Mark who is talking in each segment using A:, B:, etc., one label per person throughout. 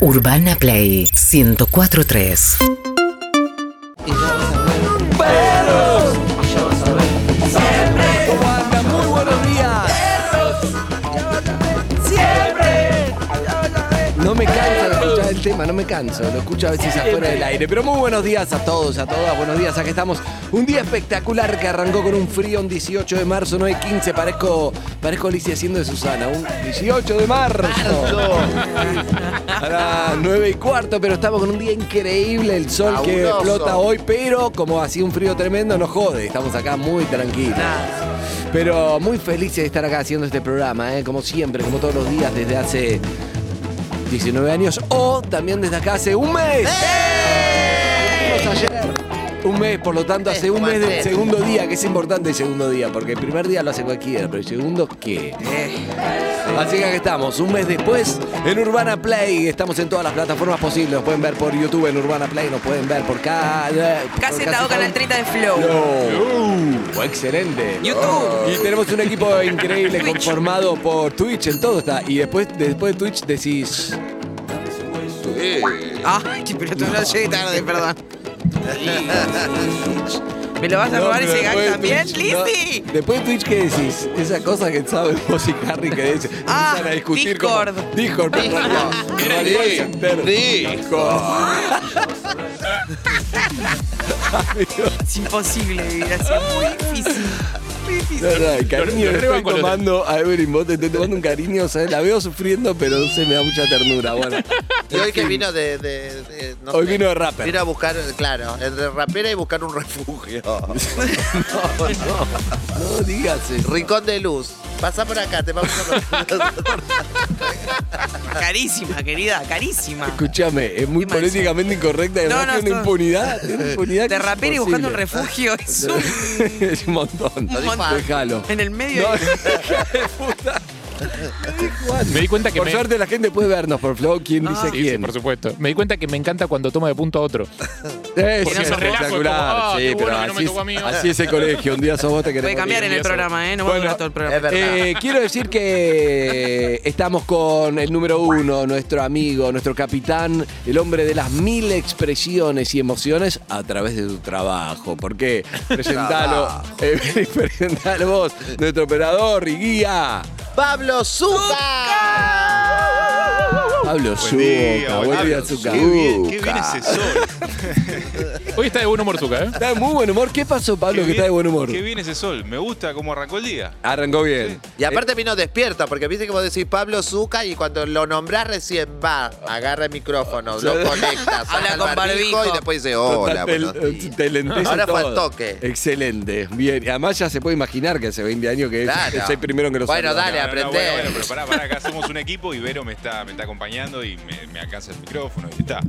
A: Urbana Play 1043.
B: Muy buenos días. No me canso de escuchar el tema, no me canso. Lo escucho a veces afuera del aire. Pero muy buenos días a todos, a todas. Buenos días, aquí estamos. Un día espectacular que arrancó con un frío un 18 de marzo, no hay 15. Parezco, parezco Alicia siendo de Susana. Un 18 de marzo. A las 9 y cuarto, pero estamos con un día increíble. El sol que
C: Fabuloso.
B: explota hoy, pero como hacía un frío tremendo, nos jode. Estamos acá muy tranquilos. Pero muy felices de estar acá haciendo este programa, ¿eh? como siempre, como todos los días desde hace 19 años o también desde acá hace un mes. Cumplimos ayer. Un mes, por lo tanto, hace un mes del segundo día, que es importante el segundo día, porque el primer día lo hace cualquiera, pero el segundo, ¿qué? Así que aquí estamos, un mes después en Urbana Play. Estamos en todas las plataformas posibles. Nos pueden ver por YouTube en Urbana Play, nos pueden ver por cada.
D: Casetado Canal 30 de Flow.
B: No. Oh, excelente.
D: YouTube.
B: Y tenemos un equipo increíble conformado por Twitch, en todo está. Y después, después de Twitch decís.
D: Ay, Ah, pero tú no llegué tarde, perdón. ¿Me lo vas a robar
B: No, pero
D: ese gag
B: después de
D: también,
B: Twitch, no.
D: Lizzy?
B: Después de Twitch, ¿qué decís? Esa cosa que sabe vos y Harry que dice.
D: Ah,
B: empiezan a discutir como-
D: Discord.
B: Discord, perdón. Discord. Discord.
D: Es imposible vivir así, es muy difícil. Muy
B: No,
D: difícil.
B: no, el cariño
E: Lo- lo
B: le estoy
E: reban con los-
B: tomando a Evelyn Bote, estoy tomando un cariño, ¿sabes? La veo sufriendo, pero no sé, me da mucha ternura. Bueno,
C: Y hoy que vino de. de- de- no
B: hoy
C: sé,
B: vino de rapper.
C: Vino a buscar, claro, entre rapera y buscar un refugio.
B: No digas eso.
C: Rincón de luz. Pasa por acá, te vamos a
D: Carísima, querida, carísima.
B: Escúchame, es muy
D: ¿Qué más?
B: políticamente incorrecta y
D: No,
B: además
D: no,
B: tiene
D: no.
B: impunidad. Tiene impunidad que
D: De
B: es
D: rapero y buscando un
B: imposible.
D: refugio es un...
B: es un montón.
D: Un montón.
B: Déjalo.
D: En el medio
B: No,
D: de-
B: hija de puta. Ay, Juan.
E: Me di cuenta que
B: Por
E: me-
B: suerte la gente puede vernos por Flow, quién
D: Ah.
B: dice
E: Sí, sí,
B: quién.
E: por supuesto. Me di cuenta que me encanta cuando toma de punto a otro.
B: Eh, Es
E: Porque no sos relajo, es como, ah,
B: sí,
E: qué
B: pero
E: bueno que no me
B: así,
E: tocó a mí.
B: es, así es el colegio. Un día sos vos te queremos
D: Puede cambiar
B: ir.
D: en el programa, ¿eh? No va a durar todo el
C: Es
D: programa.
C: verdad.
B: Eh, quiero decir que eh, estamos con el número uno, nuestro amigo, nuestro capitán, el hombre de las mil expresiones y emociones a través de su trabajo. ¿Por qué? Presentalo, eh, presentalo vos, nuestro operador y guía,
C: ¡Pablo Zucca!
B: Pablo
F: Buen día,
B: Zucca. Buen día,
F: Pablo.
B: Zucca.
F: Qué bien, qué bien ese sol.
E: Hoy está de buen humor Zucca, ¿eh?
B: Está de muy buen humor. ¿Qué pasó,
F: Qué
B: Pablo, que
F: bien-
B: está de buen humor?
F: Qué bien ese sol. Me gusta cómo arrancó el día.
B: Arrancó bien.
C: Y aparte vino despierta, porque viste que vos decís Pablo Zucca y cuando lo nombrás recién va, agarra el micrófono, lo conecta, saca
D: Habla
C: el
D: con barbijo.
C: barbijo y después dice hola.
B: te,
C: buenos días".
B: te lentece
C: Ahora fue al
B: todo.
C: toque.
B: Excelente. Bien. Y Además ya se puede imaginar que hace 20 años que es-
C: Claro.
B: es el primero que lo
C: Bueno,
B: saluda. Ah,
C: dale,
F: No, no, no,
C: aprendé.
F: bueno, bueno, pero pará, pará, acá somos un equipo y Vero me está, me está acompañando y me, me alcanza el micrófono y está.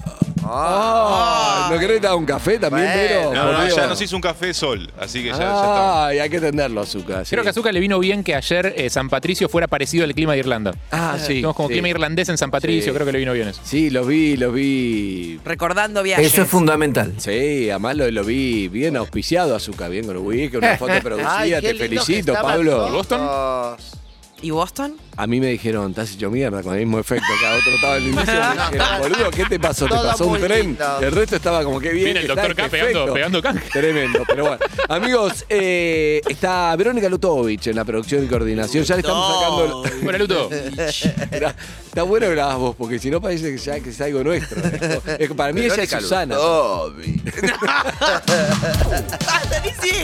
B: Ah, ¿No querés dar un café también,
C: Bueno.
B: pero?
F: No,
B: Por
F: no,
B: Dios.
F: ya nos hizo un café sol, así que ya, ya estamos.
B: Ah, y hay que atenderlo, Azúcar. sí.
E: Creo que a Zucca le vino bien que ayer eh, San Patricio fuera parecido al clima de Irlanda.
B: Ah, sí.
E: Tenemos como
B: sí.
E: clima irlandés en San
B: Sí.
E: Patricio, creo que le vino bien eso.
B: Sí, los vi, los vi.
D: Recordando viajes.
G: Eso es fundamental.
B: Sí, además lo, lo vi bien auspiciado, Azúcar, bien con un whisky, una foto producida.
C: Ay, qué
B: Te
C: lindo que
B: felicito,
C: estaban
B: Pablo.
C: todos.
D: ¿Y Boston?
B: A mí me dijeron, estás hecho mierda con el mismo efecto que a otro estaba en el inicio. Me dijeron,
C: No,
B: boludo, ¿qué te pasó? ¿Te
C: todo
B: pasó un
C: muy
B: tren?
C: lindo.
B: El resto estaba como que bien.
E: Viene el
B: que
E: doctor
B: está,
E: K
B: perfecto.
E: pegando- pegando canje.
B: Tremendo, pero bueno. Amigos, eh, está Verónica Lutovich en la producción y coordinación. Ya le estamos sacando. el-
E: Bueno, Luto.
B: Mirá, está bueno que la hagas vos, porque si no parece que, ya, que es algo nuestro. Es como- es que para mí ella es
C: Verónica
B: Susana.
C: Lutovic.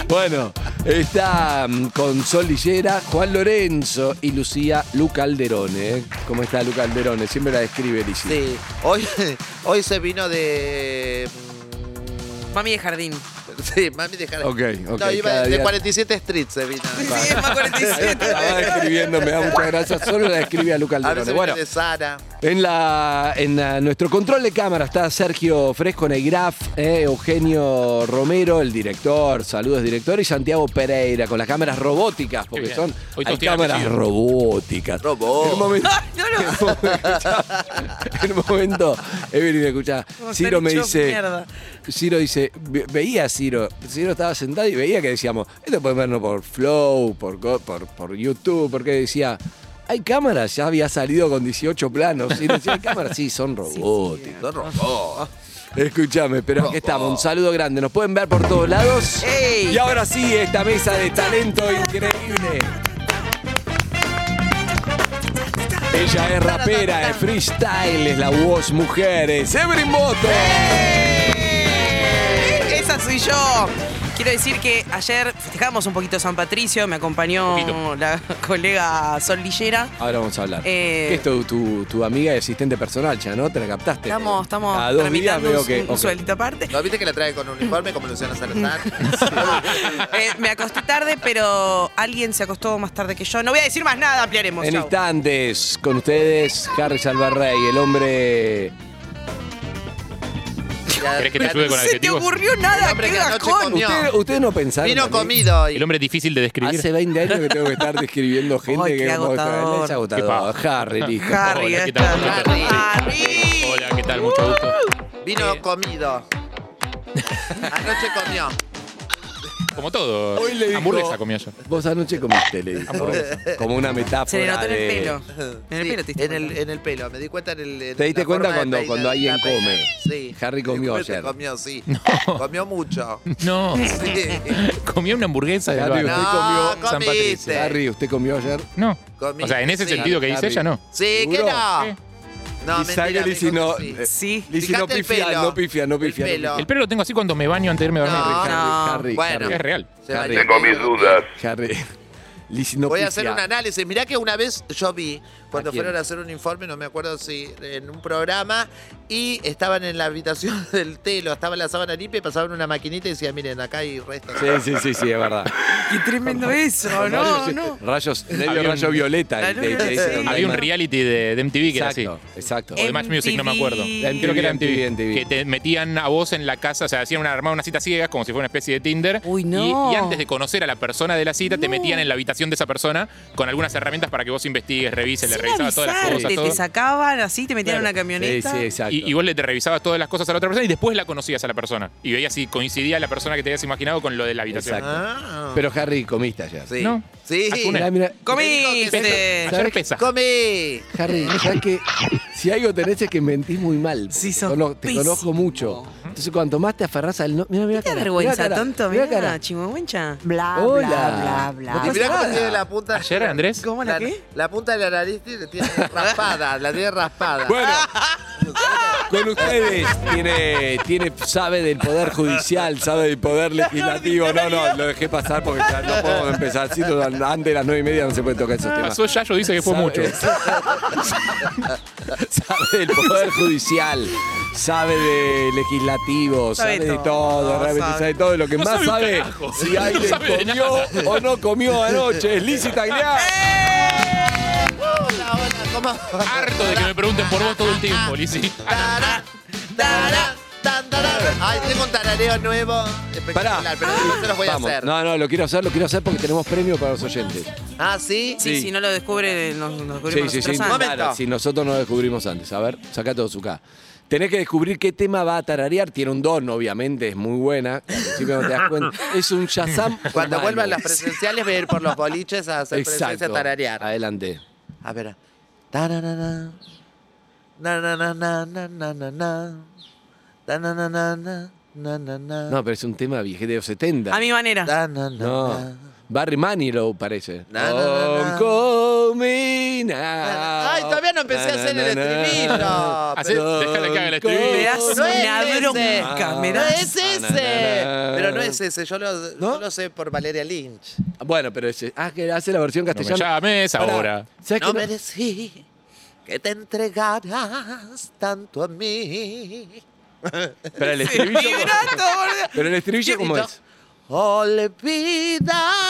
B: Bueno, está mm, con Sol Lillera, Juan Lorenzo y Lucía Lu Calderone. ¿eh? ¿Cómo está Lu Calderone? Siempre la describe Lizy.
C: Sí, hoy, hoy se vino de. mm,
D: Mami de jardín.
C: Sí, mami dejar.
B: Ok, ok,
C: No, iba
B: cada
C: de,
B: día-
C: 47 Street se vino.
D: Sí, más 47.
B: Estaba escribiendo, me da muchas gracias. Solo la escribe a Luca
C: A ver
B: Alderone.
C: si
B: Bueno,
C: de Sara.
B: en, la, en la- nuestro control de cámara está Sergio Fresco Neigraf, eh, Eugenio Romero, el director, saludos director, y Santiago Pereira con las cámaras robóticas, porque
E: bien.
B: son
E: Hoy
B: hay
E: todos tienen
B: cámaras
E: apellido.
B: robóticas.
C: Robot.
B: En un momento,
D: Ay, no lo
B: en un momento Evelyn, escucha,
D: Vamos a
B: Ciro
D: estar
B: me
D: hechos
B: dice,
D: mierda.
B: Ciro dice, ve- veía a Ciro, Ciro estaba sentado y veía que decíamos, esto pueden verlo por Flow, por, Go- por, por YouTube, porque decía, Hay cámaras, ya había salido con 18 planos. Y no sé, hay cámaras, sí, son robots.
C: Son robots.
B: Escúchame, pero aquí estamos. Un saludo grande. Nos pueden ver por todos lados.
D: ¡Ey!
B: Y ahora sí, esta mesa de talento increíble. Ella es rapera, es freestyle, es la voz mujeres. Evelyn Moto.
D: Esa soy yo. Quiero decir que ayer festejamos un poquito San Patricio, me acompañó
E: Poquito.
D: la colega Sol Lillera.
B: Ahora vamos a hablar.
D: Eh,
B: Esto es tu, tu amiga y asistente personal, ya, ¿no? ¿Te la captaste?
D: Estamos, estamos
B: A dos días
D: tramitando
B: veo
D: un,
B: que.
D: un
B: ok.
D: sueldito aparte.
C: ¿No viste que la trae con un uniforme como Luciana Salazar?
D: Eh, me acosté tarde, pero alguien se acostó más tarde que yo. No voy a decir más nada, ampliaremos.
B: En
D: chau.
B: instantes, con ustedes, Harry Salvarrey, el hombre.
E: ¿Querés que te ayude con
D: No se te
E: adjetivos?
D: ocurrió nada,
C: hombre
D: qué
C: que anoche
D: bajón.
C: comió.
B: ¿Ustedes ustedes no pensaron.
C: Vino
B: también?
C: comido
E: El
C: hoy.
E: hombre difícil de describir.
B: Hace 20 años que tengo que estar describiendo gente
D: Ay, qué
B: que vamos a traer.
D: agotador.
B: Es agotador. Harry, listo.
D: Harry,
E: Hola,
D: ahí
E: ¿qué tal?
D: está.
C: Harry.
D: Harry.
E: Hola, ¿qué tal? Mucho gusto.
C: Vino comido. Anoche comió.
E: Como todo.
B: Hoy le dijo-
E: Hamburguesa comía yo.
B: Vos anoche comiste, le dije.
E: Hamburguesa.
B: Como una metáfora.
D: Se le notó en el
B: de-
D: pelo. En el
C: Sí,
D: pelo te diste
C: en el,
D: cuenta.
C: en el pelo. Me di cuenta en el. en
B: ¿Te diste
C: la
B: cuenta
C: forma de
B: cuando-
C: peinar
B: cuando
C: la
B: alguien
C: peinar?
B: come?
C: Sí.
B: Harry comió
C: Después
B: ayer.
C: Comió, sí. Comió mucho.
E: No,
C: Sí.
E: comí una hamburguesa de
B: Claro,
E: bar.
B: usted
C: No,
B: comió
E: San
C: comiste.
B: Harry, ¿usted comió ayer?
E: No.
C: Comí,
E: O sea, en ese
C: sí.
E: sentido que dice
B: Harry.
E: ella, no.
C: Sí, que
B: ¿Seguro?
C: no.
E: Sí.
C: No,
B: Y Sagri
C: mentira. me
B: si
C: dijo
B: no-
C: que sí.
D: Sí.
B: Le dice, no
C: Fijate el
B: pifia,
C: pelo.
B: no pifia, no
C: El
B: pifia. no
C: pelo.
E: El pelo lo tengo así cuando me baño antes de irme a dormir.
C: No.
B: pifia. Harry,
D: No.
B: Harry,
C: Bueno.
E: Es real.
C: Se va a
B: Harry.
C: ir.
G: Tengo mis dudas.
B: Harry. Le dice, no
C: Voy
B: pifia.
C: a hacer un análisis. Mirá que una vez yo vi, cuando
B: ¿A quién?
C: fueron a hacer un informe, no me acuerdo si en un programa, y estaban en la habitación del telo, estaba la sábana limpia y pasaban una maquinita y decían, miren, acá hay restos.
B: Sí, sí, sí, sí, es verdad.
D: Qué tremendo eso, Oh, no,
B: rayos,
D: no.
B: Rayos, medio
E: Había un-
B: rayo violeta. le-
D: La
B: le-
D: luna,
B: le dicen
D: sí.
B: donde hay
E: Había un
B: más-
E: reality de, de MTV que era así.
B: Exacto, exacto.
E: O de Match Music, no me acuerdo.
D: MTV.
E: Creo que era
B: MTV.
E: MTV. Que te metían a vos en la casa, o sea, hacían una, armaban una cita ciegas como si fuera una especie de Tinder.
D: Uy,
E: y-
D: no.
E: Y, antes de conocer a la persona de la cita, te metían en la habitación de esa persona con algunas herramientas para que vos investigues, revises, le
D: Sin
E: revisabas todas las
D: avisarte,
E: cosas.
D: te
E: todo.
D: sacaban así, te metían en una
B: Sí,
D: camioneta.
B: sí, exacto.
E: Y, y vos le te revisabas todas las cosas a la otra persona y después la conocías a la persona. Y veías si coincidía la persona que te habías imaginado con lo de la habitación.
B: Exacto.
C: Ah,
B: Pero Harry, comiste ayer.
C: sí.
E: No.
C: Sí.
E: Acuna.
B: Mirá, mirá,
C: Te digo
D: Comiste.
E: Pesa. Ayer pesa.
C: Comí.
B: Harry, ¿sabes que si algo tenés es que mentís muy mal.
D: Sí,
B: te,
D: sos
B: cono- te
D: pésimo.
B: conozco mucho. Entonces, cuanto más te aferrás al. No, mira, mira.
D: Qué
B: cara,
D: vergüenza,
B: mirá cara,
D: tonto.
B: mirá
D: Mira,
B: cara.
D: chimahuencha.
H: Bla,
B: Hola.
H: bla, bla, bla.
B: No
C: Y
B: pasa
C: mirá cómo
B: nada.
C: tiene la punta.
E: Ayer, Andrés.
D: ¿Cómo la qué?
C: La punta de la nariz tiene, tiene raspada, la tiene raspada.
B: Bueno, con ustedes tiene, tiene, sabe del poder judicial, sabe del poder legislativo. No, no, lo dejé pasar porque ya no podemos empezar así. no, Antes de las nueve y media no se puede tocar esos temas.
E: Pasó Yayo, dice que fue
B: Sabe-
E: mucho.
B: sabe del poder judicial, sabe de legislativo,
D: Sabe
B: sabe, de
D: todo,
B: todo, realmente
D: sabe.
B: sabe. de todo. Y Lo que
E: No
B: más
E: sabe un
B: sabe,
E: carajo.
B: si
E: No
B: alguien
E: sabe de
B: comió
E: nada.
B: o no comió anoche, es Lizzy Tagliani.
C: Eh, Hola, hola, ¿cómo?
E: Harto de que me pregunten por vos todo el tiempo, Lizzy.
C: Tará, tará, tan, tará. Ay, tengo un tarareo nuevo.
B: Pará.
C: Espectacular, pero no se los voy
B: Vamos.
C: a hacer.
B: No, no, lo quiero hacer, lo quiero hacer porque tenemos premio para los oyentes.
C: Ah, ¿sí?
D: Sí, si no lo descubre, nos, nos descubrimos
B: sí, sí,
D: nosotros
B: sí.
D: antes.
C: Momento.
B: claro, si nosotros no lo descubrimos antes. A ver, saca todo su K. Tenés que descubrir qué tema va a tararear. Tiene un don, obviamente, es muy buena. Al principio no te das cuenta. Es un Shazam.
C: Cuando
B: humano.
C: vuelvan las presenciales voy a ir por los boliches a hacer presencia a
B: Exacto.
C: tararear.
B: Adelante.
C: A ver. Tararara. Na, na, na, na, na, na, na, na. Ta, na, na, na, na, na, na, na.
B: No, pero es un tema viejo de los 70.
D: A mi manera.
C: Ta, na, na,
B: No.
C: na.
B: Barry Manilow parece.
C: Na, na, na, na.
B: Don't call me now.
C: Ay, todavía no empecé a hacer el estribillo.
E: Hacé- dejala que haga el
D: Me
E: estribillo.
D: das
C: No es
D: una
C: ese.
D: bronca, me
C: No
D: das.
C: es ese. Pero no es ese. Yo lo, yo lo sé por Valeria Lynch.
B: Bueno, pero ese. Ah, que hace la versión
E: No me
B: castellana.
E: llames
B: Pará,
E: ahora.
B: ¿Sabes
C: No
B: qué? No-
C: merecí que te entregaras tanto a mí.
B: Pero el estribillo.
D: Vibrato, boludo.
B: Pero el estribillo, ¿cómo es? Sí,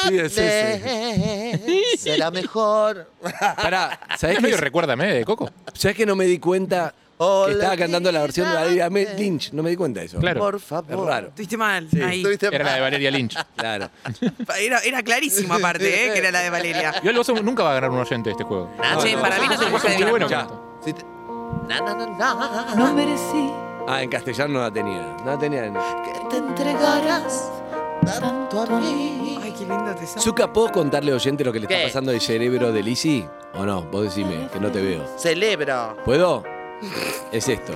C: Olvídate.
B: es
C: Será mejor.
B: Pará, ¿sabés
E: Es medio
B: que,
E: recuérdame de Coco.
B: ¿sabés que no me di cuenta que estaba cantando la versión de Valeria Me-
C: Olvídate.
B: Lynch? No me di cuenta de eso.
E: Claro.
C: Por
B: Es
C: favor.
B: raro.
D: Estuviste mal. ahí.
C: Estuviste
E: Era la de
C: mal.
E: Valeria Lynch.
B: Claro.
D: Era, era clarísima aparte, ¿eh? que era la de Valeria.
E: Igual vos nunca va a ganar un oyente de este juego.
D: Ah, che, para mí no te
E: Vos
D: puse
E: sos
D: de
E: muy bueno
D: bronca.
E: con
B: Ya.
E: esto.
C: Sí, te- Na, na, na, na.
H: No merecí
B: Ah, en castellano no la tenía. No la tenía. en-
C: que te entregaras
B: tanto a mí.
D: Ay, qué lindo te sale.
B: Zuka, ¿puedo contarle oyente lo que le está
C: ¿Qué?
B: pasando al cerebro de Lizzy? ¿O no? Vos decime, que no te veo.
C: Celebro.
B: ¿Puedo? Es esto.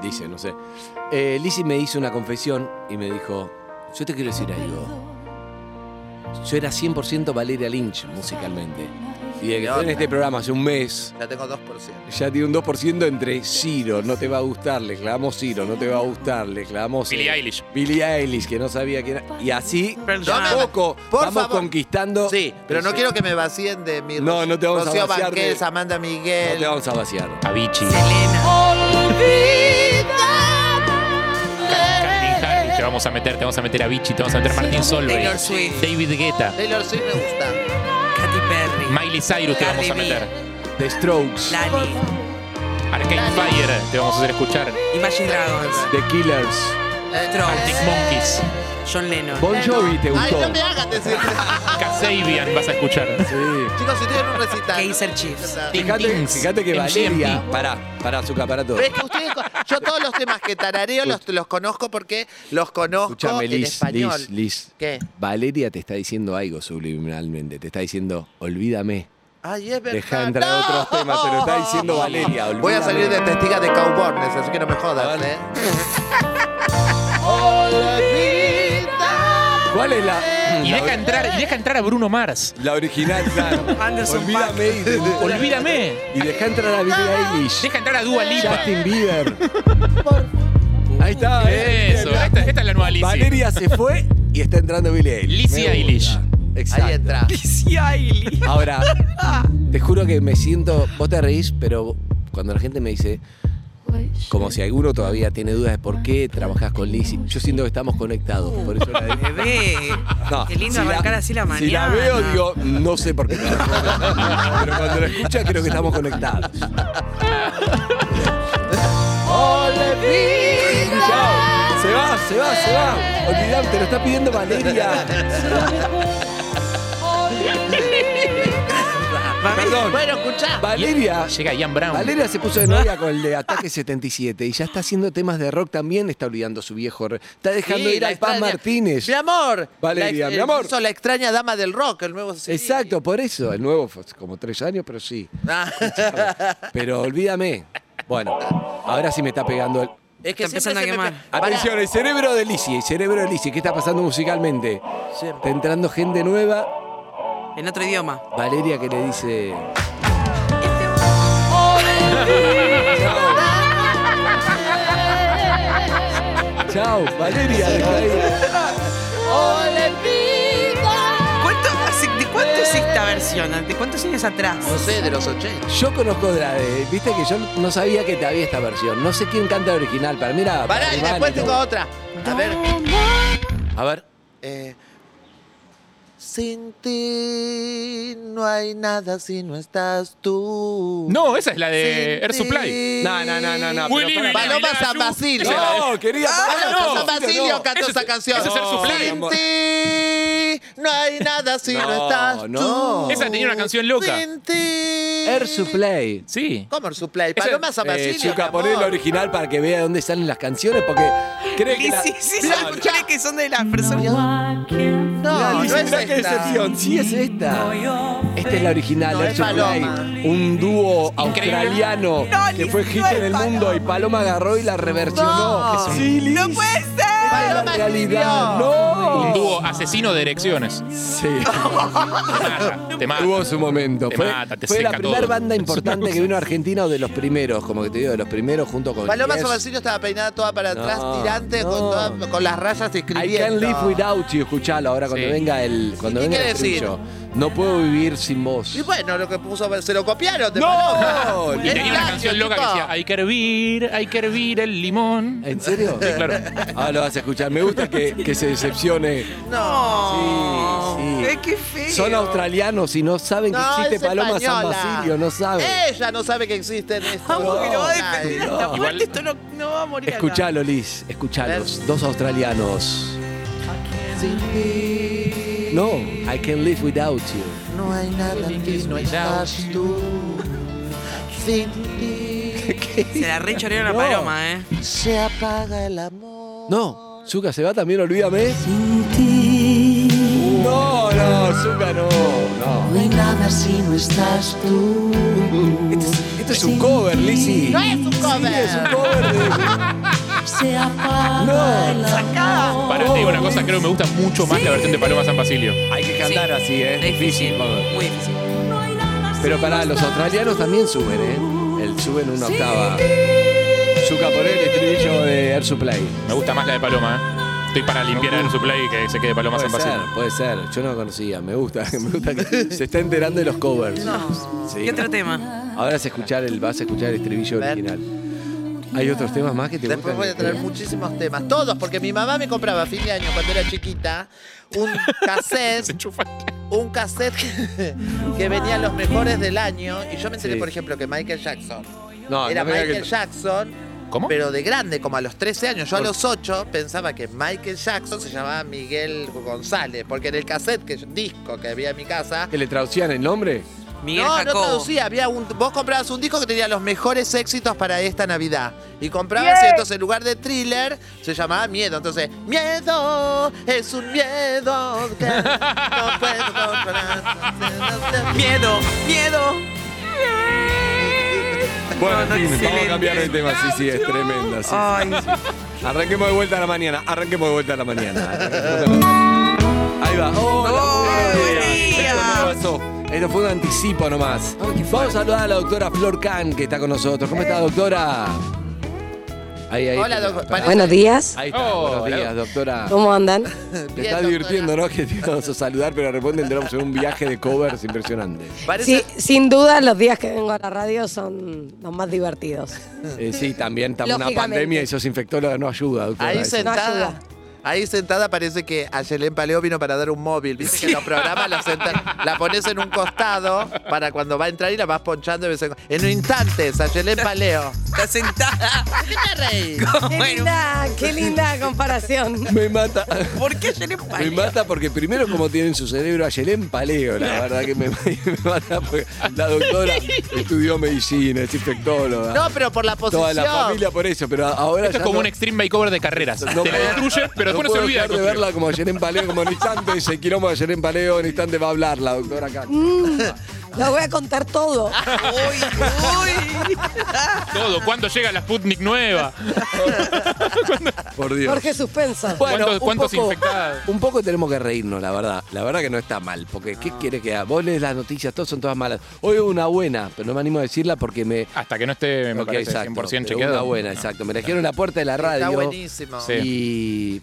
B: Dice, no sé. Eh, Lizzy me hizo una confesión y me dijo, yo te quiero decir algo. Yo era 100% Valeria Lynch musicalmente. Y de que
C: ¿Qué
B: estoy en
C: onda?
B: este programa hace un mes,
C: Ya tengo 2%.
B: ya tiene un 2% entre Ciro, no te va a gustar, le clavamos Ciro, no te va a gustar, le clavamos...
E: Billie
B: eh,
E: Eilish.
B: Billie Eilish, que no sabía quién era. Y así,
D: Pearl
B: ya
D: Jam.
B: poco,
C: Por
B: vamos
C: favor.
B: conquistando...
C: Sí, pero no
B: ese-
C: quiero que me vacíen de mi
B: No, no te vamos a
C: Rocío
B: vaciar de-
C: Banquels, Amanda
B: No te
C: Miguel.
B: vamos a vaciar.
E: Avicii. Calvin Harris, Te vamos a meter, te vamos a meter a Vichy, te vamos a meter a Martín Solveig,
D: Taylor Swift.
E: David Guetta,
C: Taylor Swift me gusta.
D: Katy Perry.
E: Miley Cyrus te vamos a
D: Cardi B.
E: meter,
B: The Strokes,
D: Lali.
E: Arcade Fire te vamos a hacer escuchar,
D: Imagine Dragons.
B: The Killers,
D: Strokes.
E: Arctic Monkeys,
D: John Lennon.
B: Bon Jovi te
C: Eh, Ay,
B: gustó.
C: no me hagas decir.
E: Kasabian vas a escuchar.
B: Sí.
C: Chicos, si tienen un recital.
D: Kaiser Chiefs.
B: Fíjate,
E: Tintins,
B: fíjate que
E: MGMT.
B: Valeria. Pará, pará, azúcar, para todo.
C: Pero es que ustedes co- yo todos los temas que tarareo los, los conozco porque los conozco
B: Escuchame,
C: en
B: Liz,
C: español.
B: Liz, Liz.
C: ¿Qué?
B: Valeria te está diciendo algo subliminalmente. Te está diciendo, olvídame.
C: Ay, es verdad.
B: Deja entrar
C: ¡No!
B: otros temas, pero está diciendo Valeria. Olvídame.
C: Voy a salir
E: este-
C: de testiga de Cowbornes, así que no me jodas,
B: Vale.
C: ¿eh? Olvídame.
B: ¿Cuál es la.?
E: Y
B: la
E: deja
B: ori-
E: entrar, y deja entrar a Bruno Mars.
B: La original, claro.
D: Anderson
B: Olvídame y, de-
E: Olvídame.
B: y deja entrar a Billie Eilish.
E: Deja entrar a Dua Lipa.
B: Justin Bieber. Ahí está. ¿eh?
E: Eso, esta, esta es la nueva Lizzie.
B: Valeria se fue y está entrando Billie Eilish.
E: Lizzie
B: Me gusta.
E: Eilish.
B: Exacto.
C: Ahí entra.
D: Lizzie Eilish.
B: Ahora, te juro que me siento. Vos te reís, pero cuando la gente me dice, como si alguno todavía tiene dudas de por qué trabajas con Lizzie, yo siento que estamos conectados. Por eso la digo.
D: Bebé.
B: No,
D: Qué lindo
B: si
D: arrancar así la mañana.
B: Si la veo, digo, no sé por qué. trabajo con ella. Pero cuando la escucha, creo que estamos conectados. Chao. Se va, se va, se va. Olvidate, te lo está pidiendo Valeria. Perdón.
C: Bueno, escuchá.
B: Valeria.
E: Llega Ian Brown.
B: Valeria se puso de novia con el de Ataque 77 y ya está haciendo temas de rock también, está olvidando a su viejo. re- Está dejando
C: Sí,
B: ir
C: la
B: al Paz
C: extraña-
B: Martínez.
C: Mi amor.
B: Valeria,
C: La ex-
B: mi amor.
C: hizo la extraña dama del rock, el nuevo CD.
B: Exacto, por eso. El nuevo fue hace como tres años, pero sí.
C: Ah,
B: Pero olvídame. Bueno, ahora sí me está pegando el.
C: es que
D: Está
C: siempre
D: empezando a
C: se me
D: quemar.
C: pe- Pará.
B: Atención, el cerebro de Lizzie, el cerebro de Lizzie, ¿qué está pasando musicalmente? Está entrando gente nueva,
D: En otro idioma.
B: Valeria que le dice.
C: Este
B: Chao, Valeria, deja ahí.
D: ¿Cuánto, hace- ¿De cuánto es esta versión? ¿De cuántos años atrás?
C: No sé, de los 80.
B: Yo conozco la de, viste que yo no sabía que te había esta versión. No sé quién canta el original, para mí era.
C: Pará, y
B: Paganini,
C: después tengo
B: ¿no?
C: otra. A ver.
B: A ver.
C: eh, sin ti no hay nada si no estás tú. Ah,
E: No, esa es la de
C: Sin
E: Air
C: ti.
E: Supply.
B: No, no, no, no, no, pero
E: Willy,
B: para-
E: Paloma
C: Paloma San
E: Yu.
C: Basilio.
E: Esa
B: No, quería.
C: Paloma
E: no,
C: Ah, San Basilio
B: no.
C: cantó
E: Eso-
C: esa canción.
E: eso es Air Supply.
C: Sin ti no hay nada si no,
B: No,
C: estás
B: no.
C: tú.
E: Esa tenía una canción loca.
C: Sin ti.
B: Air Supply.
E: Sí.
C: ¿Cómo Air Supply?
E: Esa-
C: Paloma Ah, San
B: Eh,
C: Basilio.
B: Chica,
C: mi amor.
B: poné el original para que vea dónde salen las canciones, porque cree que. la-
D: Lizzie, sí,
B: Mirá,
D: son canciones que son de las personas.
B: mirá,
C: No, no
B: Lizzie,
C: es
B: mirá qué
C: esta.
B: decepción. Sí, es esta. Esta es la original,
C: No,
B: Air
C: es
B: Supply.
C: Paloma.
B: Un dúo
E: Increíble.
B: australiano
D: No,
B: que
D: Lizzie,
B: fue
D: no
B: hit
D: es
B: en el mundo y Paloma agarró y la reversionó.
C: No.
B: Sí, Lizzie,
D: ¡No puede ser!
B: la
C: Paloma
B: realidad.
C: escribió.
B: No.
E: Un dúo asesino de erecciones.
B: Sí.
E: Te Te mata.
B: Tuvo su momento.
E: Te
B: fue
E: mata, te
B: fue la
E: seca
B: primera
E: todo.
B: banda importante que vino a Argentina o de los primeros, como que te digo, de los primeros junto con.
C: Paloma
B: Yes.
C: San Basilio estaba peinada toda para
B: No,
C: atrás, tirante, con,
B: no.
C: toda- con las rayas
B: I
C: escribiendo.
B: can live without you, escuchalo ahora cuando
E: Sí.
B: venga el cuando
C: ¿Qué
B: venga el
C: quiere decir?
B: estribillo. No puedo vivir sin vos.
C: Y bueno, lo que puso, se lo copiaron. de
B: No,
E: Y
C: Es
E: tenía una
C: Lazio,
E: canción loca que
C: tipo.
E: decía, hay que hervir, hay que hervir el limón.
B: ¿En serio?
E: Sí, claro.
B: Ahora lo vas a escuchar. Me gusta que, que se decepcione.
D: No.
C: Oh,
B: Sí, sí.
D: Eh, qué feo.
B: Son australianos y no saben que
C: No,
B: existe
C: es
B: Paloma San
C: española. Eh,
B: Basilio, no saben.
C: Ella no sabe que existen estos.
D: Vamos, que lo va a defender
C: Ay,
D: hasta
E: Igual-
D: muerte. Esto no, no va a morir. acá.
B: Escuchalo, Liz, escuchalos.
C: Ver.
B: Dos australianos.
C: Sin ti
B: No, I can live without you.
C: no hay nada que no estás tú. Sin ti
D: Se la rechorearon a
B: No.
D: Paloma, ¿eh?
C: se apaga el amor.
B: No, Zuka se va también, olvídame.
G: Sin ti
B: Zucca, no. No.
G: No hay nada si no estás tú.
B: Esto Este es, esto es un cover, Lizzy.
C: No es un cover.
B: Sí, es un cover de.
G: Se apaga
B: No,
G: el amor.
E: Para, te digo una cosa, creo que me gusta mucho más la versión de Paloma San Basilio.
B: Hay que cantar
D: Sí.
B: así, ¿eh? Es difícil. cover.
D: Muy difícil.
G: No hay nada
B: Pero
G: si
B: pará,
G: no
B: los
G: estás
B: australianos también suben, ¿eh? El, suben una octava. Zucca, por el estribillo de Air Supply.
E: Me gusta más la de Paloma, ¿eh? Estoy para limpiar el supply y que se quede Paloma
B: Puede
E: San
B: ser,
E: Basilio.
B: puede ser. Yo no la conocía. Me gusta, me gusta que se está enterando de los covers. Sí.
D: ¿Qué otro tema?
B: Ahora vas a escuchar el, vas a escuchar el estribillo
C: Ver.
B: original. ¿Hay otros temas más que te
C: Después
B: gustan?
C: voy a traer muchísimos temas. Todos, porque mi mamá me compraba a fin de año cuando era chiquita un
E: Se
C: cassette,
E: enchufa.
C: un cassette que, que venía los mejores del año. Y yo me enteré,
B: Sí.
C: por ejemplo, que Michael Jackson
B: No,
C: era
B: no me digas
C: Michael
B: que-
C: Jackson.
E: ¿Cómo?
C: Pero de grande, como a los 13 años. Yo a
B: Por-
C: los 8 pensaba que Michael Jackson se llamaba Miguel González, porque en el cassette, que yo- disco que había en mi casa,
B: ¿Que le traducían el nombre?
D: Miguel
C: no, no
D: Jacobo.
C: traducía. Había un, vos comprabas un disco que tenía los mejores éxitos para esta Navidad. Y comprabas, y entonces en lugar de thriller, se llamaba miedo. Entonces, miedo es un miedo que no puedo controlar.
D: Miedo, miedo.
B: Bueno,
D: no,
B: en fin, vamos a
D: excelente.
B: cambiar de tema. Sí, sí, es tremendo. sí, sí.
D: Ay,
B: Arranquemos de vuelta a la mañana. Arranquemos de vuelta a la mañana. arranquemos de vuelta a la mañana. Ahí va. Hola,
D: Oh,
B: buenos
D: buen
B: días.
D: día.
B: Esto no pasó. Esto fue un anticipo nomás. Vamos a saludar a la doctora Flor Can, que está con nosotros. ¿Cómo está, doctora? Ahí, ahí.
C: Hola,
B: está,
C: doc- Vanessa.
H: Buenos días,
B: Ahí está.
E: Oh,
B: buenos
E: hola.
B: días, doctora.
H: ¿cómo andan?
B: Te
C: Bien,
B: está
C: doctora.
B: divirtiendo, ¿no? Que te vamos a saludar, pero de repente entramos en un viaje de covers impresionante.
C: Parece-
H: Sí, sin duda los días que vengo a la radio son los más divertidos.
B: Eh, sí, también estamos en una
H: Lógicamente.
B: pandemia y sos infectóloga, no ayuda, doctora.
C: Ahí
B: Eso.
C: sentada.
H: ayuda.
C: Ahí sentada parece que a Yelén Paleo vino para dar un móvil. Viste que los programas la, senta- la pones en un costado para cuando va a entrar y la vas ponchando de vez en cuando. En instantes, a Yelén Paleo.
D: está sentada.
C: ¿Qué te reí?
H: Qué
D: Bueno.
H: linda, qué linda comparación.
B: Me mata.
D: ¿Por qué ayer en
B: Me mata porque primero como tienen su cerebro a Yelén Paleo, la verdad que me, me mata porque la doctora estudió medicina, es infectóloga.
C: No, pero por la posición.
B: Toda la familia por eso, pero ahora
E: Esto
B: ya
E: es como
B: no-
E: un extreme makeover de carreras.
B: No
E: te la
B: puedo-
E: destruye, pero
B: no
E: después no se
B: puedo
E: olvida.
B: dejar de
E: construir.
B: verla como a Yelén Paleo, como en instante ese quilombo de Yelén Paleo, en instante va a hablar la doctora acá.
H: Lo voy a contar todo.
D: Uy, uy.
E: Todo. ¿Cuándo llega la Sputnik nueva?
B: Por Dios.
H: Jorge Suspenso.
E: ¿Cuántos-
B: un
E: cuántos infectados?
B: Un poco tenemos que reírnos, la verdad. La verdad que no está mal, porque ¿qué quiere que haga? Vos lees las noticias, todas son todas malas. Hoy hubo una buena, pero no me animo a decirla porque me...
E: Hasta que no esté, me
B: Ok,
E: parece,
B: exacto,
E: 100%
B: pero
E: chequeado.
B: Una buena, exacto. Me la dijeron en la puerta de la radio.
C: Está buenísimo.
E: Sí.
B: Y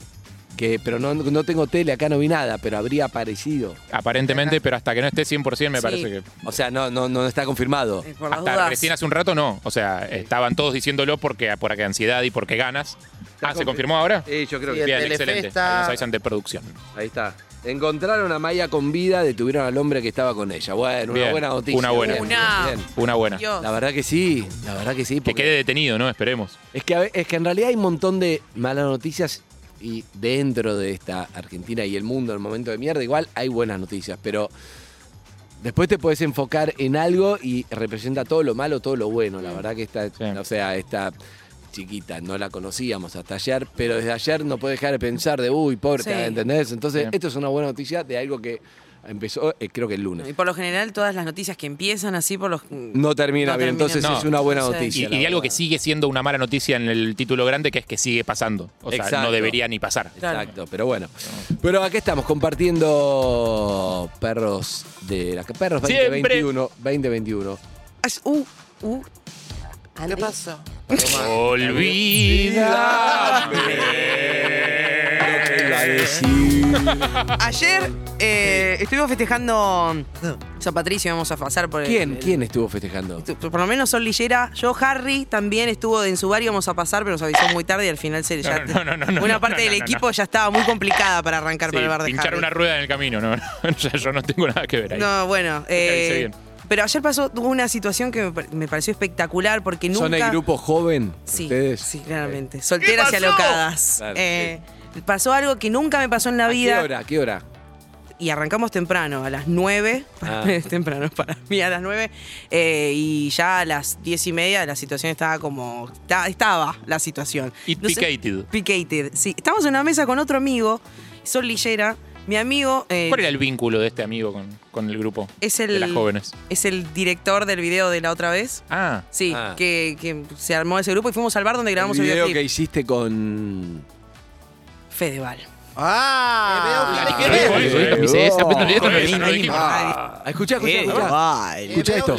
B: que, pero no, no tengo tele, acá no vi nada, pero habría aparecido.
E: Aparentemente, pero hasta que no esté 100% me
D: Sí.
E: parece que...
B: O sea, no, no, no está confirmado.
D: Eh, Por las
E: Hasta
D: dudas.
E: recién hace un rato no. O sea, estaban todos diciéndolo porque, porque ansiedad y porque ganas. Ah, ¿se confirmó ahora?
B: Sí, yo creo
C: Sí,
E: Bien,
C: Telefesta-
E: excelente. Ahí Nos avisan de producción.
B: Ahí está. Encontraron a Maya con vida, detuvieron al hombre que estaba con ella. Bueno, una
E: Bien,
B: buena noticia.
E: una buena.
B: Bien,
D: Una.
B: bien.
E: Una buena.
D: Dios.
B: La verdad que sí, la verdad que sí.
E: Que
B: porque-
E: quede detenido, ¿no? Esperemos.
B: Es que, a ve- es que en realidad hay un montón de malas noticias y dentro de esta Argentina y el mundo en el momento de mierda, igual hay buenas noticias, pero después te podés enfocar en algo y representa todo lo malo, todo lo bueno. La verdad que esta,
E: Sí.
B: o sea, esta chiquita no la conocíamos hasta ayer, pero desde ayer no puede dejar de pensar de, uy, pobre,
D: Sí.
B: ¿entendés? Entonces,
E: Sí.
B: esto es una buena noticia de algo que empezó, eh, creo que el lunes.
D: Y por lo general, todas las noticias que empiezan así por los. No,
B: No termina
D: No
B: bien,
D: termina.
B: entonces
E: No.
B: es una buena
D: Sí.
B: noticia.
E: Y,
B: la
E: y de algo que
B: verdad.
E: sigue siendo una mala noticia en el título grande, que es que sigue pasando. O sea,
B: Exacto.
E: no debería ni pasar.
D: Claro.
B: Exacto, pero bueno. Pero aquí estamos compartiendo perros de la perros
E: Siempre.
B: 2021, 2021.
D: uh, uh.
C: ¿Qué pasó?
E: Olvídame.
B: ¿Qué iba a decir?
D: Ayer eh, estuvimos festejando San Patricio, vamos a pasar por el-
B: ¿Quién
D: el-
B: quién estuvo festejando?
D: tu- Por lo menos Sol Lillera, yo, Harry, también estuvo en su bar, íbamos a pasar, pero nos avisó muy tarde y al final se ya-
E: no, no, no, no,
D: una
E: no,
D: parte
E: no,
D: del
E: no,
D: equipo ya estaba muy complicada para arrancar
E: Sí,
D: para el bar de
E: pinchar
D: Harry.
E: una rueda en el camino, no, no, ya yo no tengo nada que ver ahí.
D: No, bueno.
E: dice
D: eh,
E: bien.
D: pero ayer pasó tuvo una situación que me, par- me pareció espectacular porque nunca.
B: ¿Son el grupo joven?
D: Sí,
B: ¿Ustedes?
D: sí, claramente. Solteras y alocadas.
B: Claro,
D: Eh, Pasó algo que nunca me pasó en la
B: ¿A qué
D: vida.
B: hora? ¿A ¿Qué hora?
D: y arrancamos temprano, a las 9.
B: Ah.
D: Es temprano para mí, a las 9. eh, y ya a las 10 y media la situación estaba como. ta- Estaba la situación.
E: It
D: No sé-
E: picated.
D: Picated, sí. Estamos en una mesa con otro amigo, Sol Lillera. Mi amigo eh,
E: ¿Cuál era el vínculo de este amigo con, con el grupo
D: es el
E: de las jóvenes?
D: es el director del video de la otra vez.
E: Ah,
D: Sí,
B: Ah.
D: que, que se armó ese grupo y fuimos al bar donde grabamos
B: el
D: el,
B: video que
D: videoclip.
B: hiciste con.
D: Fedeval.
C: Ah,
E: Yo digo eso, yo digo, me dice, "Esa puta mierda no es ni- no es ni-
B: Ah, escuchá, escuchá, escuchá.
D: Fedeval.
B: Escucha esto.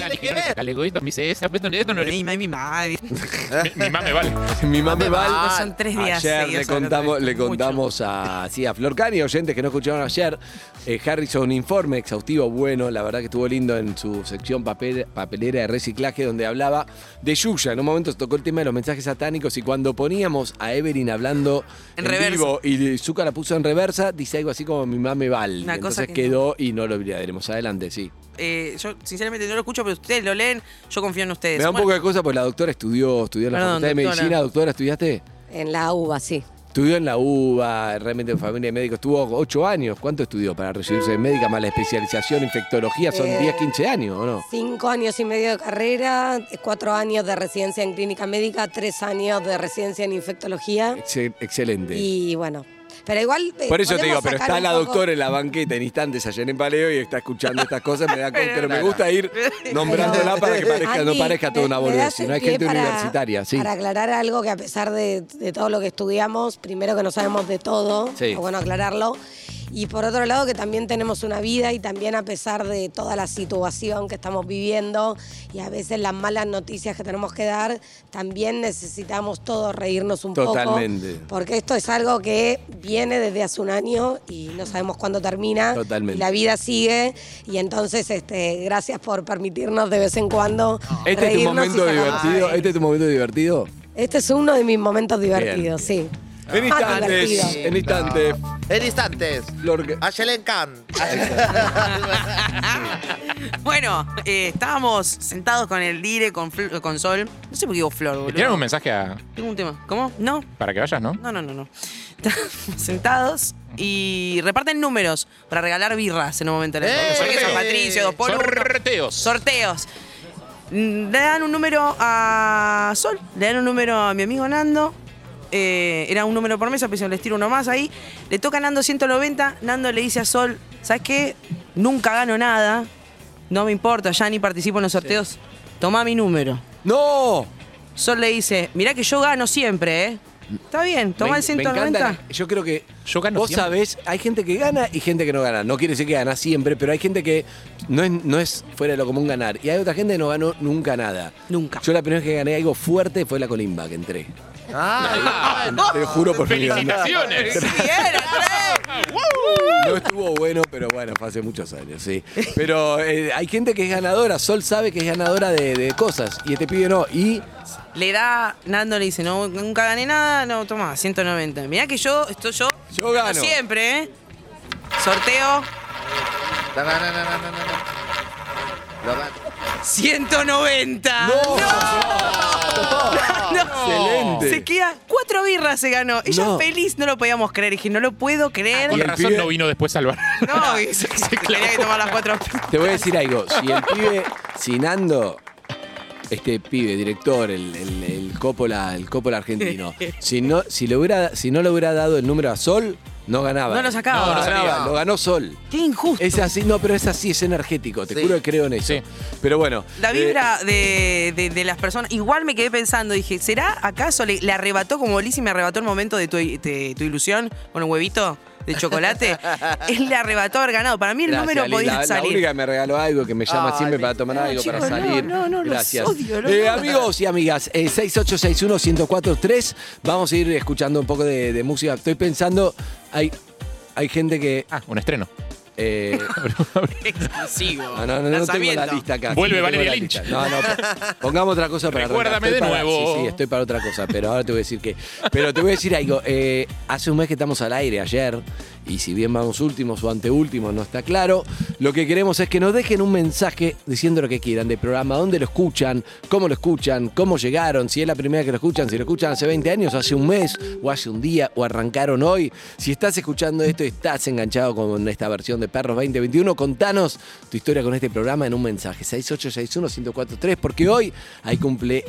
E: Calegoito, me dice, "Esa puta mierda no es ni-
D: Ay, mi madre.
E: Mi mi mamá me vale.
B: Mi mamá me va.
D: No son tres días.
B: Ayer le
D: seguidos, son
B: contamos,
D: tres.
B: le
D: Mucho.
B: contamos a, sí, a Flor Cani, oyentes que no escucharon ayer, eh, Harrison informe exhaustivo, bueno, la verdad que estuvo lindo en su sección papel- papelera de reciclaje donde hablaba de Yuya. En un momento se tocó el tema de los mensajes satánicos y cuando poníamos a Evelyn hablando
D: En
B: en,
D: reversa.
B: vivo y Zuka la puso en reversa, dice algo así como mi mamá me vale.
D: Una cosa
B: Entonces
D: que
B: quedó y no lo olvidaremos. Adelante, sí.
D: Eh, yo sinceramente no lo escucho, pero ustedes lo leen, yo confío en ustedes.
B: Me da un
D: Bueno,
B: poco de cosa porque la doctora estudió, estudió en la
D: Perdón,
B: Facultad de
D: doctora.
B: Medicina. Doctora, ¿estudiaste?
H: En la uva, sí.
B: Estudió en la UBA, realmente en familia de médicos. Estuvo ocho años. ¿Cuánto estudió para recibirse de médica más la especialización, infectología? Son
H: Eh,
B: 10, 15 años, ¿o no?
H: Cinco años y medio de carrera, cuatro años de residencia en clínica médica, tres años de residencia en infectología.
B: Exce- excelente.
H: Y bueno, pero igual. eh,
B: Por eso te digo,
H: podemos
B: pero está
H: sacar un
B: la
H: poco-
B: doctora en la banqueta en instantes allá en Paleo y está escuchando estas cosas. Me da con- pero me gusta ir nombrándola para que parezca, no
H: Andy,
B: parezca toda
H: me-
B: una
H: me
B: boludez,
H: das el
B: sino hay
H: pie
B: gente
H: para-
B: universitaria, sí.
H: Para aclarar algo que a pesar de, de todo lo que estudiamos, primero que no sabemos de todo,
B: Sí.
H: es bueno aclararlo. Y por otro lado que también tenemos una vida y también a pesar de toda la situación que estamos viviendo y a veces las malas noticias que tenemos que dar, también necesitamos todos reírnos un poco.
B: Totalmente.
H: Porque esto es algo que viene desde hace un año y no sabemos cuándo termina.
B: Totalmente.
H: Y la vida sigue y entonces este, gracias por permitirnos de vez en cuando
B: Este es tu
H: reírnos y
B: momento
H: sacar-
B: divertido.
H: Ay.
B: Este es tu momento divertido.
H: Este es uno de mis momentos divertidos, sí.
B: En instantes,
H: divertido.
B: en instantes,
C: En instantes.
B: Flor.
C: A Yelen Khan.
D: ah, Bueno, eh, estábamos sentados con el Dire, con, Fl- con Sol. No sé por qué digo Flor,
E: Le
D: boludo.
E: tiraron un mensaje a-
D: Tengo un tema. ¿Cómo? No,
E: para que vayas, ¿no?
D: no, no, no. no. Estábamos sentados y reparten números para regalar birras en un momento. de la-
C: ¡Eh!
D: Porque San Patricio, dos por uno.
E: Sorteos.
D: Sorteos. Mm, Le dan un número a Sol, le dan un número a mi amigo Nando. eh, era un número por mesa, pero les tiro uno más ahí. Le toca a Nando 190. Nando le dice a Sol: ¿Sabes qué? Nunca gano nada. No me importa, ya ni participo en los sorteos. Toma mi número.
B: ¡No!
D: Sol le dice: Mirá que yo gano siempre, ¿eh? Está bien, toma
B: Me-
D: el
B: me
D: 190.
B: encanta. Yo creo que
E: Yo gano
B: vos
E: siempre.
B: sabés, hay gente que gana y gente que no gana. No quiere decir que gana siempre, pero hay gente que no es, no es fuera de lo común ganar. Y hay otra gente que no ganó nunca nada.
D: Nunca.
B: Yo la primera vez que gané algo fuerte fue la colimba que entré.
C: Ah,
B: Te juro por mi vida.
E: ¡Felicitaciones!
D: Sí, era, tres.
B: No estuvo bueno, pero bueno, fue hace muchos años, sí. Pero eh, hay gente que es ganadora. Sol sabe que es ganadora de, de cosas. Y este pibe no. Y
D: Le da, Nando le dice, no, nunca gané nada, no, toma, 190. Mirá que yo, esto yo,
B: yo gano.
D: siempre, ¿eh? Sorteo,
C: No, no, no, no, no, no, no. Lo va-
D: 190.
B: ¡No!
D: No.
B: ¡Excelente!
D: Se queda, cuatro birras se ganó. Ella
B: No. Ah,
D: feliz, no lo podíamos creer. Dije, no lo puedo creer.
E: Con
B: Y el
E: razón
B: pibe-
E: no vino después al bar.
D: No, y se- se- tenía que tomar las cuatro.
B: Te voy a decir algo. Si el pibe, si Nando, este pibe, director, el, el, el Coppola, el Coppola argentino, si no, si le hubiera, si no le hubiera dado el número a Sol, no ganaba.
D: No lo sacaba.
B: No, no
D: No, no
B: ganaba, Lo ganó Sol.
D: Qué injusto.
B: Es así, no, pero es así, es energético. Te
C: Sí.
B: juro que creo en eso.
E: Sí.
B: Pero bueno.
D: La
B: eh,
D: vibra de, de- de las personas. Igual me quedé pensando, dije, ¿será acaso le, le arrebató como Lizzy me arrebató el momento de tu, de tu ilusión con un huevito de chocolate? Él le arrebató haber ganado. Para mí el
B: gracias,
D: número
B: Lili.
D: podía
B: la,
D: salir.
B: La única que me regaló algo que me llama
C: Ay,
B: siempre
C: Lili.
B: para tomar
D: No,
B: algo,
D: chicos,
B: para
D: no,
B: salir.
D: no, no, los
B: Gracias.
D: odio, los
B: Eh,
D: odio.
B: amigos y amigas, eh, 6861-1043. Vamos a ir escuchando un poco de, de música. Estoy pensando, hay, hay gente que.
E: Ah, un estreno.
B: eh,
D: Exclusivo.
B: No, no, no, no tengo la lista acá.
E: Vuelve
B: Sí, no tengo
E: Valeria
B: la
E: Lynch.
B: lista. No, no. Pongamos otra cosa para arrancar.
E: Recuérdame
B: Estoy
E: de
B: para-
E: nuevo.
B: Sí, sí, estoy para otra cosa, pero ahora te voy a decir que. Pero te voy a decir algo. eh, hace un mes que estamos al aire ayer, y si bien vamos últimos o anteúltimos, no está claro. Lo que queremos es que nos dejen un mensaje diciendo lo que quieran del programa, dónde lo escuchan, cómo lo escuchan, cómo llegaron, si es la primera que lo escuchan, si lo escuchan hace 20 años, hace un mes, o hace un día, o arrancaron hoy. Si estás escuchando esto y estás enganchado con esta versión de Perros 2021, contanos tu historia con este programa en un mensaje. 6861-1043, porque hoy hay cumple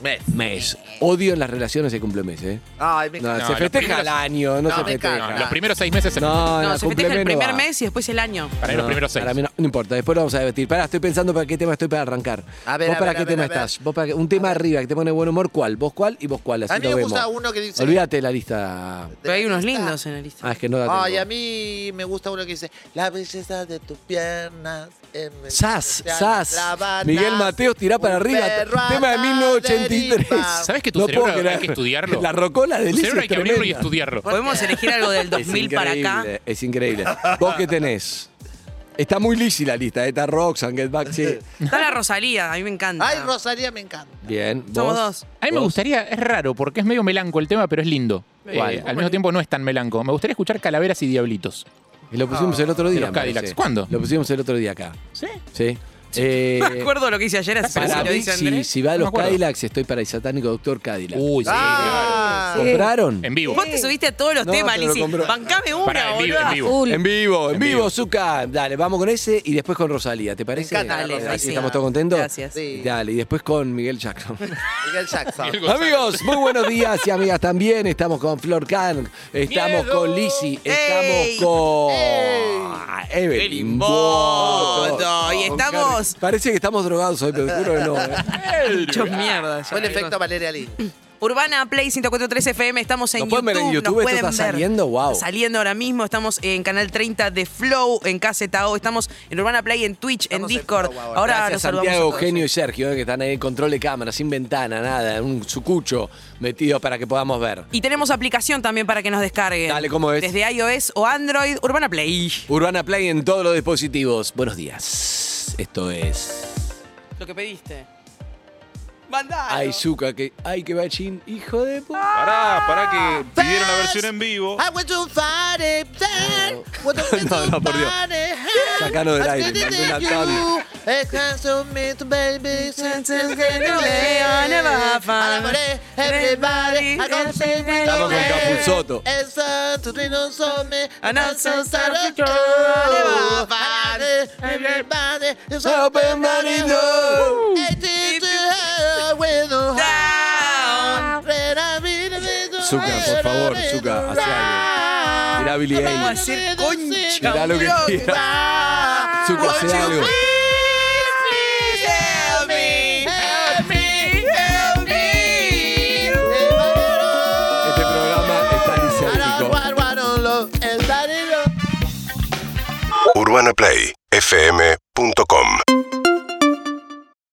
C: Mes.
B: Mes. Odio en las relaciones de cumplemes, ¿eh?
C: Ay, me
B: No,
C: encanta.
E: No,
B: se
E: los
B: festeja
E: primeros-
B: al año, no,
C: No,
B: se
C: me
B: festeja.
E: No,
C: encanta.
E: los primeros seis meses,
B: No,
D: No,
B: no,
D: se festeja el
B: cumplemes no
D: primer
B: va.
D: mes y después el año.
E: para mí
B: No,
E: los primeros seis.
B: para mí no, no importa, después lo vamos a debatir. Pará, estoy pensando para qué tema estoy para arrancar.
C: A ver,
B: ¿Vos
C: a
B: para
C: ver,
B: qué
C: a ver,
B: tema
C: a ver.
B: estás? ¿Vos para qué? Un tema arriba que te pone buen humor, ¿cuál? ¿Vos cuál y vos cuál? Así
C: A mí
B: lo
C: me
B: vemos.
C: gusta uno que dice.
B: Olvídate de la lista.
D: Pero hay unos lindos en la lista.
B: Ah, es que no da
C: Ay, a
B: tiempo.
C: mí me gusta uno que dice, la belleza de tus piernas.
B: Sas, sas. Miguel Mateos tirá para arriba. Tema de 1983.
E: ¿Sabes que tu
B: No puedo
E: cerebro hay
B: creer.
E: que estudiarlo?
B: La rocola de
E: Tu
B: Liz
E: cerebro
B: es
E: hay que abrirlo y
B: tremenda.
E: estudiarlo.
D: Podemos elegir algo del 2000 para acá.
B: increíble, Es increíble. ¿Vos qué tenés? Está muy lisi la lista. ¿eh? Está Roxanne, Get Back, sí.
D: Está la Rosalía, a mí me encanta.
C: Ay, Rosalía me encanta.
B: Bien.
D: Somos
B: ¿vos?
D: dos.
E: A mí me
B: ¿Vos?
E: gustaría, es raro, porque es medio melanco el tema, pero es lindo. Eh,
B: ¿Cuál?
E: al mismo tiempo no es tan melanco. Me gustaría escuchar Calaveras y Diablitos.
B: Y lo pusimos el otro
E: De
B: día.
E: los
B: me
E: Cadillacs.
B: parece.
E: ¿Cuándo?
B: Lo pusimos el otro día acá.
E: ¿Sí?
B: Sí. Eh,
D: Me acuerdo lo que hice ayer, así
B: para
D: que lo
B: mí,
D: dice
B: si,
D: Andrés.
B: si va a
E: No me
B: los
E: acuerdo.
B: Cadillacs, estoy para el satánico doctor Cadillac.
E: Uy, sí.
C: Ah,
H: Sí.
B: ¿Compraron?
E: En vivo.
D: Vos te subiste a todos los
B: No,
D: temas,
B: te lo
D: Lizzy.
B: compro.
D: Bancame una,
E: Pará, en vivo,
D: boluda.
E: en vivo.
H: Full.
B: En vivo, en,
E: En
B: vivo,
E: vivo.
B: Zuka. Dale, vamos con ese y después con Rosalía, ¿te parece?
C: encanta la
B: Dale,
C: Rosalía.
B: así
C: Sí.
B: ¿Estamos todos contentos?
D: Gracias.
C: Sí.
B: Dale, y después con Miguel Jackson.
C: Miguel Jackson.
E: Miguel González.
B: Amigos, muy buenos días y amigas también. Estamos con Flor Khan, estamos
C: Miedo.
B: con Lizzy, estamos
D: Ey.
B: con Evelyn
D: Evelyn
B: Boto.
D: Boto. Y estamos-
B: Parece que estamos drogados hoy, pero te juro que no. ¿eh?
D: Muchos mierdas.
C: Buen
D: ya digo.
C: efecto Valeria Lynn.
D: Urbana Play 104.3 FM, estamos en
B: ¿Nos
D: YouTube.
B: pueden ver en YouTube?
D: nos
B: ¿Esto
D: pueden
B: está
D: ver.
B: saliendo? Wow.
D: Está saliendo ahora mismo, estamos en Canal 30 de Flow, en KZO, estamos en Urbana Play, en Twitch,
C: Estamos
D: en
C: en
D: Discord.
C: Flow ahora.
D: ahora
B: Gracias
D: nos saludamos.
B: Santiago,
D: a todos.
B: Eugenio y Sergio, eh, que están ahí en control de cámara, sin ventana, nada, en un sucucho metido para que podamos ver.
D: Y tenemos aplicación también para que nos descarguen.
B: Dale, ¿cómo es?
D: Desde iOS o Android, Urbana Play.
B: Urbana Play en todos los dispositivos. Buenos días. Esto es.
D: Lo que pediste. Mandalo.
B: Ay, Zuka, que. Ay, que bachín, hijo de puta.
F: Pará, pará que pidieron la versión en vivo.
C: I went to find it there. What the
B: No, no, por Dios.
C: find it here.
B: Sacalo del
C: I
B: aire,
C: didn't
B: Manuela
C: you.
B: Tani.
C: It comes to me to baby since it's been
D: No, I never have fun.
C: I love it, everybody. I don't see me
D: Estamos
B: con Capuzotto.
C: It's a to be no so me.
D: And I'm so sorry.
C: I
D: I never have
C: love it, Everybody is
B: Open money, no.
D: Down.
B: Zuka, por favor, Zuka, hace algo. Mirá a Billie
D: Vamos a
B: Eilish.
D: hacer concha.
B: Mirá lo que
D: boludo.
B: quieras. Zuka, hace algo.
D: Please help me, help me, help me.
B: Este programa está lisérgico.
I: UrbanaPlayFM.com